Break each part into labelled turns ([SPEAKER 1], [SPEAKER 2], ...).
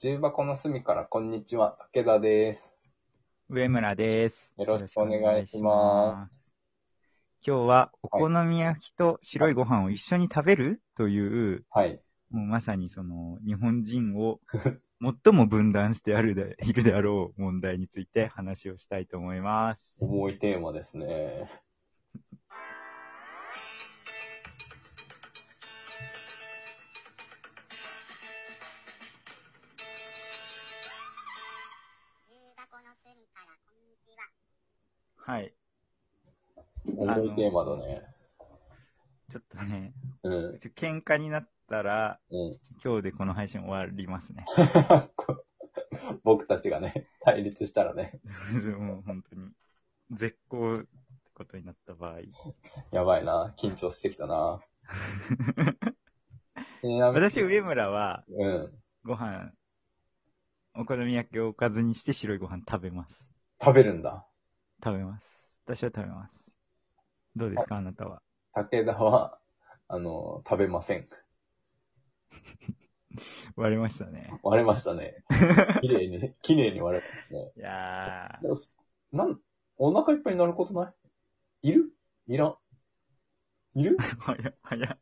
[SPEAKER 1] 重箱の隅からこんにちは、武田です。
[SPEAKER 2] 上村です。。
[SPEAKER 1] よろしくお願いします
[SPEAKER 2] 今日はお好み焼きと白いご飯を一緒に食べるという、
[SPEAKER 1] はい。
[SPEAKER 2] もうまさにその日本人 を最も分断してあるでいるであろう問題について話をしたいと思います。
[SPEAKER 1] 重いテーマですね。
[SPEAKER 2] はい。
[SPEAKER 1] 重いテーマだね。
[SPEAKER 2] ちょっとね、
[SPEAKER 1] うん。
[SPEAKER 2] ちょ喧嘩になったら
[SPEAKER 1] うん。
[SPEAKER 2] 今日でこの配信終わりますね。
[SPEAKER 1] こう僕たちがね、対立したらね、
[SPEAKER 2] もう本当に絶好ってことになった場合。
[SPEAKER 1] やばいな。緊張してきたな。ちなみに
[SPEAKER 2] 私、上村は
[SPEAKER 1] うん。
[SPEAKER 2] ご飯、お好み焼きをおかずにして白いご飯食べます。
[SPEAKER 1] 食べるんだ。
[SPEAKER 2] 食べます。私は食べます。どうですか、あなたは。
[SPEAKER 1] 武田は、あの、食べません。
[SPEAKER 2] 割れましたね。
[SPEAKER 1] 割れましたね。綺麗に、綺麗に割れますね。
[SPEAKER 2] いや
[SPEAKER 1] なん、お腹いっぱいになることないいるいらん。いる
[SPEAKER 2] ー、早っ、早っ。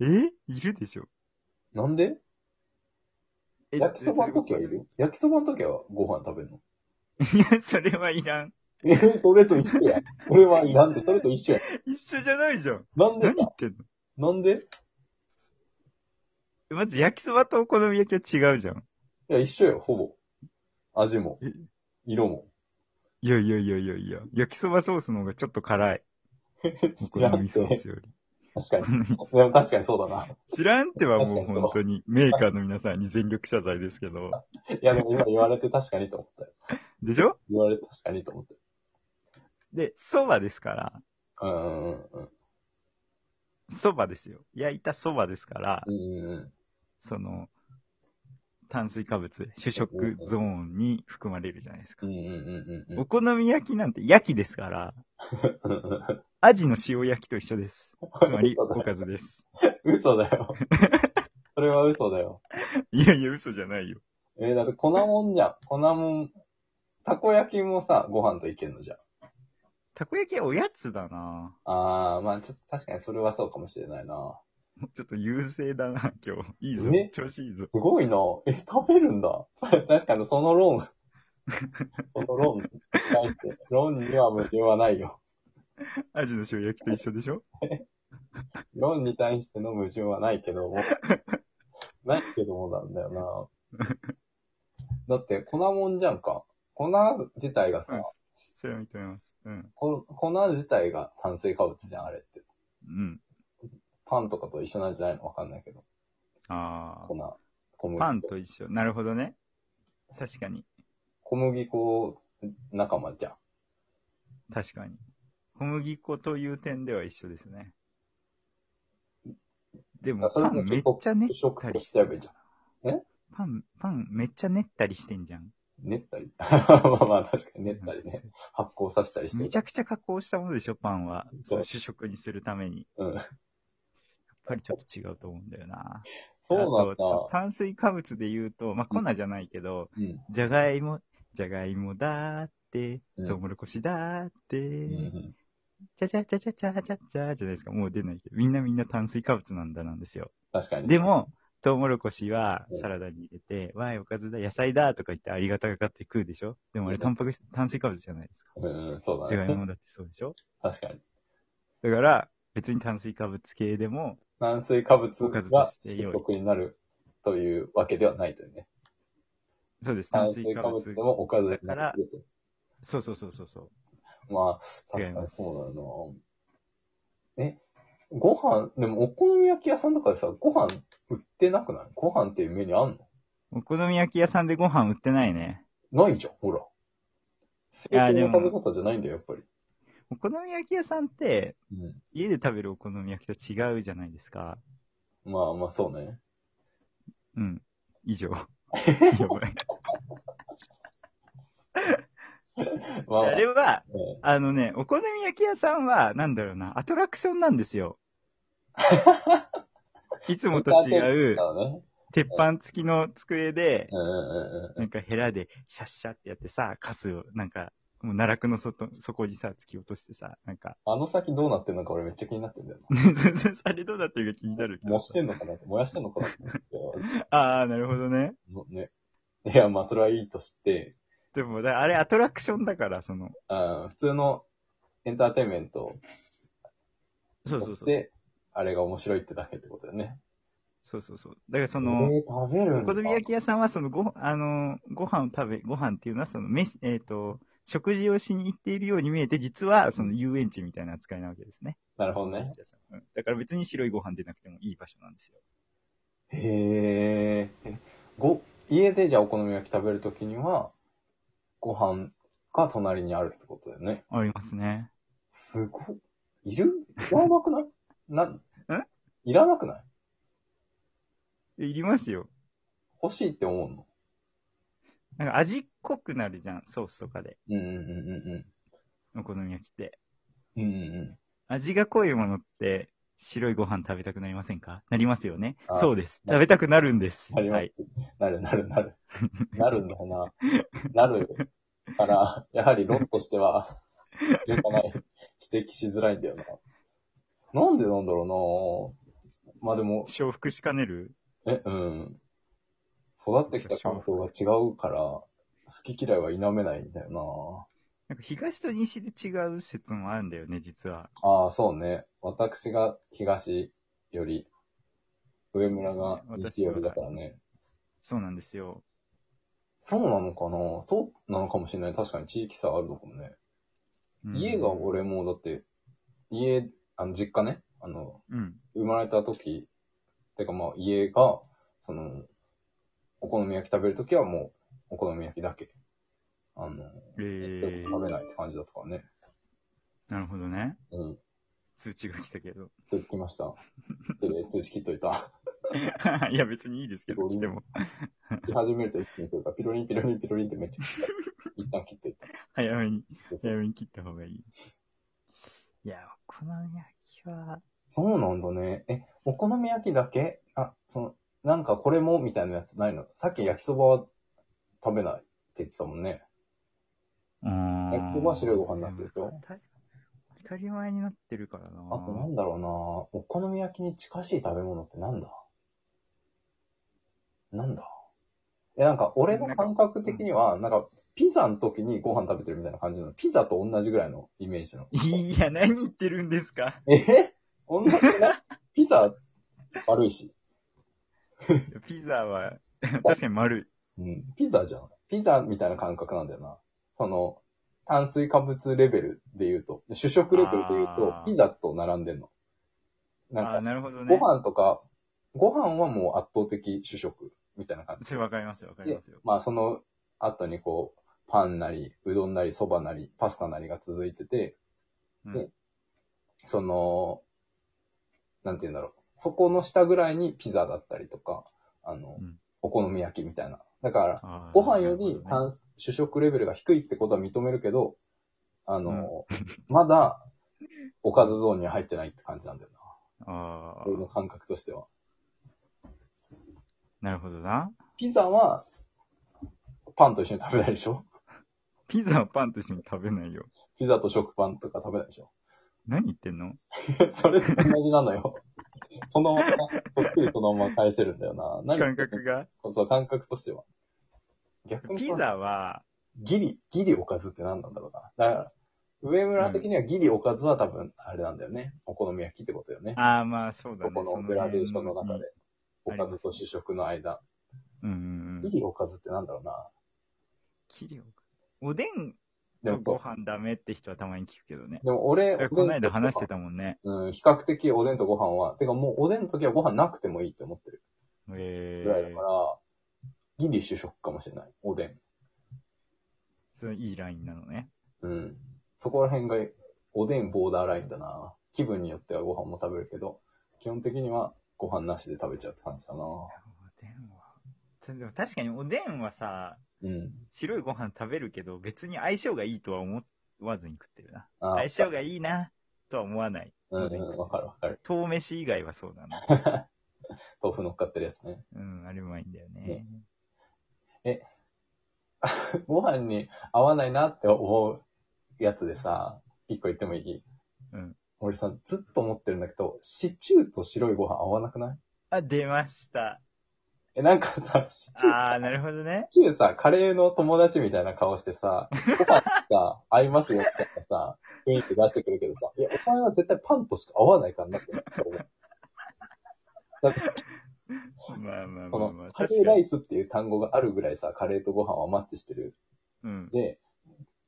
[SPEAKER 2] えいるでしょ
[SPEAKER 1] なんで
[SPEAKER 2] え
[SPEAKER 1] 焼きそばの時はいる焼きそばの時はご飯食べるの
[SPEAKER 2] いや、それはいらん。
[SPEAKER 1] え、それと一緒 や。それはなんで、それと一緒や。
[SPEAKER 2] 一緒じゃないじゃん。
[SPEAKER 1] なんで
[SPEAKER 2] 何言ってん
[SPEAKER 1] な
[SPEAKER 2] の
[SPEAKER 1] んで
[SPEAKER 2] まず焼きそばとお好み焼きは違うじゃん。
[SPEAKER 1] いや、一緒よ、ほぼ。味も
[SPEAKER 2] え、
[SPEAKER 1] 色 も。
[SPEAKER 2] いやいやいやいやいや。焼きそばソースの方がちょっと辛い。お
[SPEAKER 1] 知ら
[SPEAKER 2] 好
[SPEAKER 1] ん
[SPEAKER 2] み
[SPEAKER 1] て
[SPEAKER 2] ソースより。
[SPEAKER 1] 確かに。 でも確かにそうだな。
[SPEAKER 2] 知らんってはも
[SPEAKER 1] 確
[SPEAKER 2] う
[SPEAKER 1] かにそう
[SPEAKER 2] 本当にメーカーの皆さんに全力謝罪ですけど。
[SPEAKER 1] いや、でも今言われて確かにと思ったよ。
[SPEAKER 2] でしょ
[SPEAKER 1] 言われて確かにと思ったよ。
[SPEAKER 2] で、蕎麦ですから、
[SPEAKER 1] うんうん
[SPEAKER 2] 蕎麦ですよ。焼いた蕎麦ですから、
[SPEAKER 1] うん。うんうん。
[SPEAKER 2] その、炭水化物、主食ゾーンに含まれるじゃないです
[SPEAKER 1] う
[SPEAKER 2] か
[SPEAKER 1] ん。うんうんうん
[SPEAKER 2] お好み焼きなんて焼きですから、
[SPEAKER 1] うん。
[SPEAKER 2] アジの塩焼きと一緒です。つまり、おかずです。
[SPEAKER 1] 嘘だ よ。それは嘘だよ。
[SPEAKER 2] いやいや、嘘じゃないよ。
[SPEAKER 1] えーだって粉もんじゃん。粉もん。たこ焼きもさ、ご飯といけんのじゃん。
[SPEAKER 2] たこ焼きはおやつだな
[SPEAKER 1] ああ、まあちょっと確かにそれはそうかもしれないな。
[SPEAKER 2] もうちょっと優勢だな、今日。いいぞ
[SPEAKER 1] ね。
[SPEAKER 2] 調子いいぞ。
[SPEAKER 1] すごいな。え、食べるんだ。 確かにその論。 その論に対して、論には矛盾はないよ。
[SPEAKER 2] アジの塩焼きと一緒でしょ
[SPEAKER 1] 論に対しての矛盾はないけども。ないけどもなんだよな。だって粉もんじゃんか。粉自体がさ、
[SPEAKER 2] うんそれは認めます。うん。
[SPEAKER 1] こ粉自体が炭水化物じゃん、あれって。
[SPEAKER 2] うん。
[SPEAKER 1] パンとかと一緒なんじゃないのわかんないけど。
[SPEAKER 2] ああ
[SPEAKER 1] 粉。。小麦
[SPEAKER 2] パンと一緒。なるほどね。確かに。
[SPEAKER 1] 小麦粉仲間じゃん。
[SPEAKER 2] 確かに。小麦粉という点では一緒ですね。でも、
[SPEAKER 1] それ
[SPEAKER 2] パ
[SPEAKER 1] も
[SPEAKER 2] ンめ
[SPEAKER 1] 結
[SPEAKER 2] っ
[SPEAKER 1] 構
[SPEAKER 2] ちゃ練っ
[SPEAKER 1] 主食
[SPEAKER 2] た
[SPEAKER 1] と
[SPEAKER 2] り
[SPEAKER 1] し
[SPEAKER 2] してて
[SPEAKER 1] やべえじゃん。
[SPEAKER 2] パン、パンめっちゃ練ったりしてんじゃん。
[SPEAKER 1] 練ったり。 まあまあ確かに練ったりね。発酵させたりして。
[SPEAKER 2] めちゃくちゃ加工したものでしょ、パンは。
[SPEAKER 1] そ
[SPEAKER 2] そうう、主食にするために。やっ
[SPEAKER 1] うん。
[SPEAKER 2] ぱりちょっと違うと思うんだよな。
[SPEAKER 1] そうな
[SPEAKER 2] あ
[SPEAKER 1] ん
[SPEAKER 2] とそう
[SPEAKER 1] だ。
[SPEAKER 2] 炭水化物で言うと、まあ、粉じゃないけど、
[SPEAKER 1] うん。
[SPEAKER 2] じゃがいも、じゃがいもだーって、
[SPEAKER 1] うん
[SPEAKER 2] とうもろこしだーって、
[SPEAKER 1] うん
[SPEAKER 2] ちゃちゃちゃちゃちゃちゃちゃじゃないですか。もう出ないけど。みんなみんな炭水化物なんだなんですよ。
[SPEAKER 1] 確かに。
[SPEAKER 2] で、も、トウモロコシは
[SPEAKER 1] うん
[SPEAKER 2] サラダに入れて、わーい、おかずだ、野菜だとか言ってありがたがって食うでしょでもあれ、タンパク質、炭水化物じゃないですか。
[SPEAKER 1] うん、そう
[SPEAKER 2] じゃ
[SPEAKER 1] だ
[SPEAKER 2] がい
[SPEAKER 1] ね。
[SPEAKER 2] もだってそうでしょ
[SPEAKER 1] 確かに。
[SPEAKER 2] だから、別に炭水化物系でも、
[SPEAKER 1] 炭水化物
[SPEAKER 2] おかずと
[SPEAKER 1] が
[SPEAKER 2] して
[SPEAKER 1] 主
[SPEAKER 2] 良い
[SPEAKER 1] 食になるというわけではないというね。
[SPEAKER 2] そうです、炭
[SPEAKER 1] 炭
[SPEAKER 2] 水
[SPEAKER 1] 水
[SPEAKER 2] 化
[SPEAKER 1] 化
[SPEAKER 2] 物
[SPEAKER 1] 物。でもおかずになると。
[SPEAKER 2] そうそうそうそうそう。
[SPEAKER 1] まあ、確か
[SPEAKER 2] 違い
[SPEAKER 1] に
[SPEAKER 2] ます
[SPEAKER 1] そうだよな。え、ご飯、でもお好み焼き屋さんとかでさ、ご飯売ってなくないご飯っていうメニューあん
[SPEAKER 2] お好み焼き屋さんでご飯売ってないね。
[SPEAKER 1] のないじゃん、ほら。正
[SPEAKER 2] や
[SPEAKER 1] 解
[SPEAKER 2] で
[SPEAKER 1] の
[SPEAKER 2] も
[SPEAKER 1] 食べ方じゃないんだよ、やっぱり。
[SPEAKER 2] お好み焼き屋さんって、
[SPEAKER 1] うん。
[SPEAKER 2] 家で食べるお好み焼きと違うじゃないですか。
[SPEAKER 1] まあまあ、そうね。
[SPEAKER 2] うん。以 上。やばい
[SPEAKER 1] まあ、
[SPEAKER 2] あれは、
[SPEAKER 1] うん
[SPEAKER 2] あのね、お好み焼き屋さんは、なんだろうな、アトラクションなんですよ。いつもと違う
[SPEAKER 1] だね。
[SPEAKER 2] 鉄板付きの机で、
[SPEAKER 1] うんうんうん
[SPEAKER 2] なんかヘラでシャッシャってやってさ、カスを、なんか、もう奈落の外、底にさ、突き落としてさ、なんか、
[SPEAKER 1] あの先どうなってんのか俺めっちゃ気になってんだよな。
[SPEAKER 2] あれどうなってるか気になるけど
[SPEAKER 1] 燃してんのかなって、燃やしてんのかなって思って
[SPEAKER 2] ああ、なるほどね。
[SPEAKER 1] もうね。 いや、まあそれはいいとして、
[SPEAKER 2] でも、だあれアトラクションだから、その、
[SPEAKER 1] あー普通のエンターテインメント
[SPEAKER 2] そうそうそう。
[SPEAKER 1] で、あれが面白いってだけってことだよね。
[SPEAKER 2] そうそうそう。だからそ
[SPEAKER 1] あ
[SPEAKER 2] の、
[SPEAKER 1] えー、食べる
[SPEAKER 2] お
[SPEAKER 1] んだ
[SPEAKER 2] 好み焼き屋さんは、そのご、あの、ご飯を食べ、ご飯っていうのは、その、メス、えっ、と、食事をしに行っているように見えて、実は、その遊園地みたいな扱いなわけですね。
[SPEAKER 1] なるほどね。
[SPEAKER 2] うんだから別に白いご飯出なくてもいい場所なんですよ。
[SPEAKER 1] へーえ。ご、家でじゃあお好み焼き食べるときには、ご飯が隣にあるってことだよね。
[SPEAKER 2] ありますね。
[SPEAKER 1] すごっ。いるいらなく ないな、いらなくない
[SPEAKER 2] いりますよ。
[SPEAKER 1] 欲しいって思うの
[SPEAKER 2] なんか味濃くなるじゃん、ソースとかで。
[SPEAKER 1] うんうんう
[SPEAKER 2] お好み焼きって。
[SPEAKER 1] んうんうん。うんうんうん。
[SPEAKER 2] 味が濃いものって、白いご飯食べたくなりませんかなりますよね
[SPEAKER 1] あ。
[SPEAKER 2] そうです。食べたくなるんです。
[SPEAKER 1] なります
[SPEAKER 2] はい。
[SPEAKER 1] なるなる なる。なるんだよな。なるから、やはり論としては、しかない。指摘しづらいんだよな。なんでなんだろうなまあでも、
[SPEAKER 2] 重複しかねる
[SPEAKER 1] え、うん。育ってきた環境が違うから、好き嫌いは否めないんだよ
[SPEAKER 2] なんか東と西で違う説もあるんだよね、実は。
[SPEAKER 1] なああ、そうね。私が東より、上村が西よりだからね。
[SPEAKER 2] そうなんですよ。
[SPEAKER 1] そうなのかなそうなのかもしれない。確かに地域差あるのかもね。
[SPEAKER 2] うん
[SPEAKER 1] 家が俺もうだって、家、あの、実家ね、あの、
[SPEAKER 2] うん。
[SPEAKER 1] 生まれた時、てかまあ家が、その、お好み焼き食べる時はもう、お好み焼きだけ。あの、
[SPEAKER 2] え
[SPEAKER 1] よ
[SPEAKER 2] ー
[SPEAKER 1] く、食べないって感じだったからね。
[SPEAKER 2] なるほどね。
[SPEAKER 1] うん。
[SPEAKER 2] 通知が来たけど。
[SPEAKER 1] 通知来ました。失礼、通知切っといた。
[SPEAKER 2] いや、別にいいですけど、来ても。
[SPEAKER 1] 来始めると一気に来るから、ピロリンピロリンピロリンってめっちゃ切った。一旦切っといた。
[SPEAKER 2] 早めに、
[SPEAKER 1] で
[SPEAKER 2] 早めに切った方がいい。いや、お好み焼きは、
[SPEAKER 1] そうなんだね。え、お好み焼きだけあ、その、なんかこれもみたいなやつないのさっき焼きそばは食べないって言ってたもんね。
[SPEAKER 2] うーん
[SPEAKER 1] 焼きそばは白いご飯になってるでしょ
[SPEAKER 2] 当たり当たり前になってるからな。
[SPEAKER 1] あとなんだろうなお好み焼きに近しい食べ物ってなんだなんだえ、なんか俺の感覚的には、なんかピザの時にご飯食べてるみたいな感じなの。ピザと同じぐらいのイメージなの。
[SPEAKER 2] いや、何言ってるんですか。
[SPEAKER 1] え同 じなピザ悪いし。
[SPEAKER 2] ピ ザは、確かに丸い。
[SPEAKER 1] うん、ピザじゃん。ピザみたいな感覚なんだよな。その、炭水化物レベルで言うと、主食レベルで言うと
[SPEAKER 2] あ、ー
[SPEAKER 1] ピザと並んでんの。
[SPEAKER 2] あ
[SPEAKER 1] な
[SPEAKER 2] あ、
[SPEAKER 1] んか、
[SPEAKER 2] なるほど
[SPEAKER 1] ご
[SPEAKER 2] ね。
[SPEAKER 1] 飯とか、ご飯はもう圧倒的主食みたいな感じ。
[SPEAKER 2] それわかりますよ、わかり
[SPEAKER 1] で
[SPEAKER 2] ますよ。
[SPEAKER 1] まあその後にこう、パンなり、うどんなり、そばなり、パスタなりが続いてて、
[SPEAKER 2] うん
[SPEAKER 1] でその、なんて言うんだろう。そこの下ぐらいにピザだったりとか、あの、
[SPEAKER 2] うん
[SPEAKER 1] お好み焼きみたいな。だから、
[SPEAKER 2] あー
[SPEAKER 1] ご飯より
[SPEAKER 2] なるほどね
[SPEAKER 1] 炭水主食レベルが低いってことは認めるけど、あの、 まだ、おかずゾーンには入ってないって感じなんだよ
[SPEAKER 2] あ
[SPEAKER 1] な。俺の
[SPEAKER 2] ー
[SPEAKER 1] 感覚としては。
[SPEAKER 2] なるほどな。
[SPEAKER 1] ピザは、パンと一緒に食べないでしょ
[SPEAKER 2] ピザはパンと一緒に食べないよ。
[SPEAKER 1] ピザと食パンとか食べないでしょ
[SPEAKER 2] 何言ってんの
[SPEAKER 1] それと同じなのよ。 そのまま、そっくりそのまま返せるんだよな。 何
[SPEAKER 2] 感覚が。
[SPEAKER 1] そう、感覚としては。逆に
[SPEAKER 2] ピ
[SPEAKER 1] さ、
[SPEAKER 2] ザは、
[SPEAKER 1] ギリ、ギリおかずって何なんだろうな。だから、上村的にはギリおかずは多分、あれなんだよね。お好み焼きってことよね。
[SPEAKER 2] ああ、まあそうだ
[SPEAKER 1] こ
[SPEAKER 2] ね。
[SPEAKER 1] このグラデーションの中で、お
[SPEAKER 2] 辺
[SPEAKER 1] か
[SPEAKER 2] の
[SPEAKER 1] ずと主食の間。
[SPEAKER 2] うん。うんうんう
[SPEAKER 1] い
[SPEAKER 2] ん。
[SPEAKER 1] いおかずってなんだろうな。
[SPEAKER 2] 切りようかおでん
[SPEAKER 1] で
[SPEAKER 2] と
[SPEAKER 1] も、
[SPEAKER 2] ご飯ダメって人はたまに聞くけどね。
[SPEAKER 1] でも俺、
[SPEAKER 2] え
[SPEAKER 1] おで
[SPEAKER 2] この
[SPEAKER 1] ん
[SPEAKER 2] 間
[SPEAKER 1] と
[SPEAKER 2] 話してたもんね。
[SPEAKER 1] うん、比較的おでんとご飯は、てかもうおでんの時はご飯なくてもいいって思ってる
[SPEAKER 2] え
[SPEAKER 1] ぐらいだ
[SPEAKER 2] ー
[SPEAKER 1] から、、ギリ主食かもしれない。おでん。
[SPEAKER 2] そのいいラインなのね。
[SPEAKER 1] うん。そこら辺が、おでんボーダーラインだな。気分によってはご飯も食べるけど、基本的にはご飯なしで食べちゃうって感じだな。
[SPEAKER 2] おでんは。でも確かにおでんはさ、
[SPEAKER 1] うん。
[SPEAKER 2] 白いご飯食べるけど、別に相性がいいとは思わずに食ってるな。
[SPEAKER 1] あ
[SPEAKER 2] 相性がいいな、とは思わない。
[SPEAKER 1] うん、うんわかるわかる。
[SPEAKER 2] 遠飯以外はそうなの。
[SPEAKER 1] 豆腐乗っかってるやつね。
[SPEAKER 2] うん、あれうまいんだよね
[SPEAKER 1] ね。ご飯に合わないなって思うやつでさ、一個言ってもいい
[SPEAKER 2] うん。
[SPEAKER 1] 俺さ、ずっと思ってるんだけど、シチューと白いご飯合わなくない
[SPEAKER 2] あ、出ました。
[SPEAKER 1] え、なんかさ、シチュー、
[SPEAKER 2] あー、なるほどね。
[SPEAKER 1] シチューさ、カレーの友達みたいな顔してさ、ご飯さ、合いますよって言ったらさ、雰囲気出してくるけどさ、いや、お前は絶対パンとしか合わないからなって思う。だって
[SPEAKER 2] まあまあ
[SPEAKER 1] こ
[SPEAKER 2] まあま
[SPEAKER 1] の
[SPEAKER 2] あ。
[SPEAKER 1] カ
[SPEAKER 2] 確
[SPEAKER 1] レー
[SPEAKER 2] か
[SPEAKER 1] ラ
[SPEAKER 2] に。
[SPEAKER 1] イスっていう単語があるぐらいさ、カレーとご飯はマッチしてる。
[SPEAKER 2] うん。
[SPEAKER 1] で、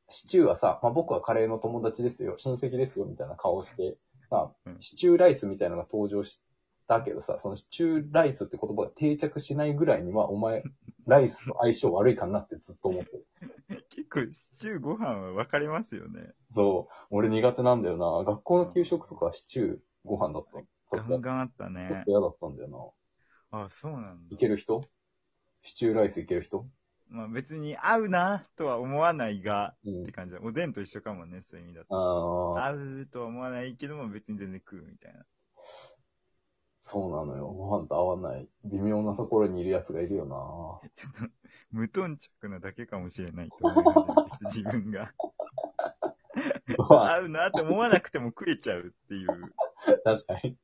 [SPEAKER 1] シチューはさ、まあ、僕はカレーの友達ですよ、親戚ですよ、みたいな顔して、さ
[SPEAKER 2] うん、
[SPEAKER 1] シチューライスみたいなのが登場したけどさ、そのシチューライスって言葉が定着しないぐらいには、お前、ライスと相性悪いかなってずっと思ってる。
[SPEAKER 2] 結構、シチューご飯は分かれますよね。
[SPEAKER 1] そう、俺苦手なんだよな。学校の給食とかシチューご飯だった。
[SPEAKER 2] ガ
[SPEAKER 1] ちょっ
[SPEAKER 2] ンガンあった
[SPEAKER 1] と
[SPEAKER 2] ね。
[SPEAKER 1] 嫌だったんだよな。
[SPEAKER 2] あ、そうなんだ
[SPEAKER 1] い。ける人シチューライスいける人
[SPEAKER 2] まあ別に合うなとは思わないが、
[SPEAKER 1] う
[SPEAKER 2] って
[SPEAKER 1] ん。
[SPEAKER 2] 感じだ。おでんと一緒かもね、そういう意味だと。
[SPEAKER 1] ああ、
[SPEAKER 2] 合うとは思わないけども、別に全然食うみたいな。
[SPEAKER 1] そうなのよ。ご飯と合わない。微妙なところにいるやつがいるよな。
[SPEAKER 2] ちょっと、無頓着なだけかもしれないと思い始 めてきた自分が。
[SPEAKER 1] ご飯
[SPEAKER 2] 合うなって思わなくても食えちゃうっていう。
[SPEAKER 1] 確かに。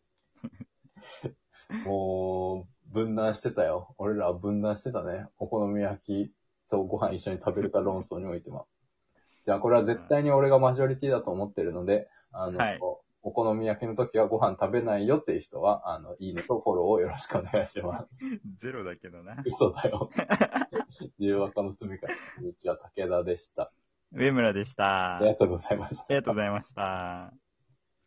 [SPEAKER 1] もう、分断してたよ。俺らは分断してたね。お好み焼きとご飯一緒に食べるか論争においては。じゃあこれは絶対に俺がマジョリティだと思ってるので、あの、
[SPEAKER 2] はい
[SPEAKER 1] お好み焼きの時はご飯食べないよっていう人は、あの、いいねとフォローをよろしくお願いします。
[SPEAKER 2] ゼロだけどな。
[SPEAKER 1] 嘘だ よ。自由若の隅から、こんにちは武田でした。
[SPEAKER 2] 上村でした。
[SPEAKER 1] ありがとうございました
[SPEAKER 2] あ。りがとうございました。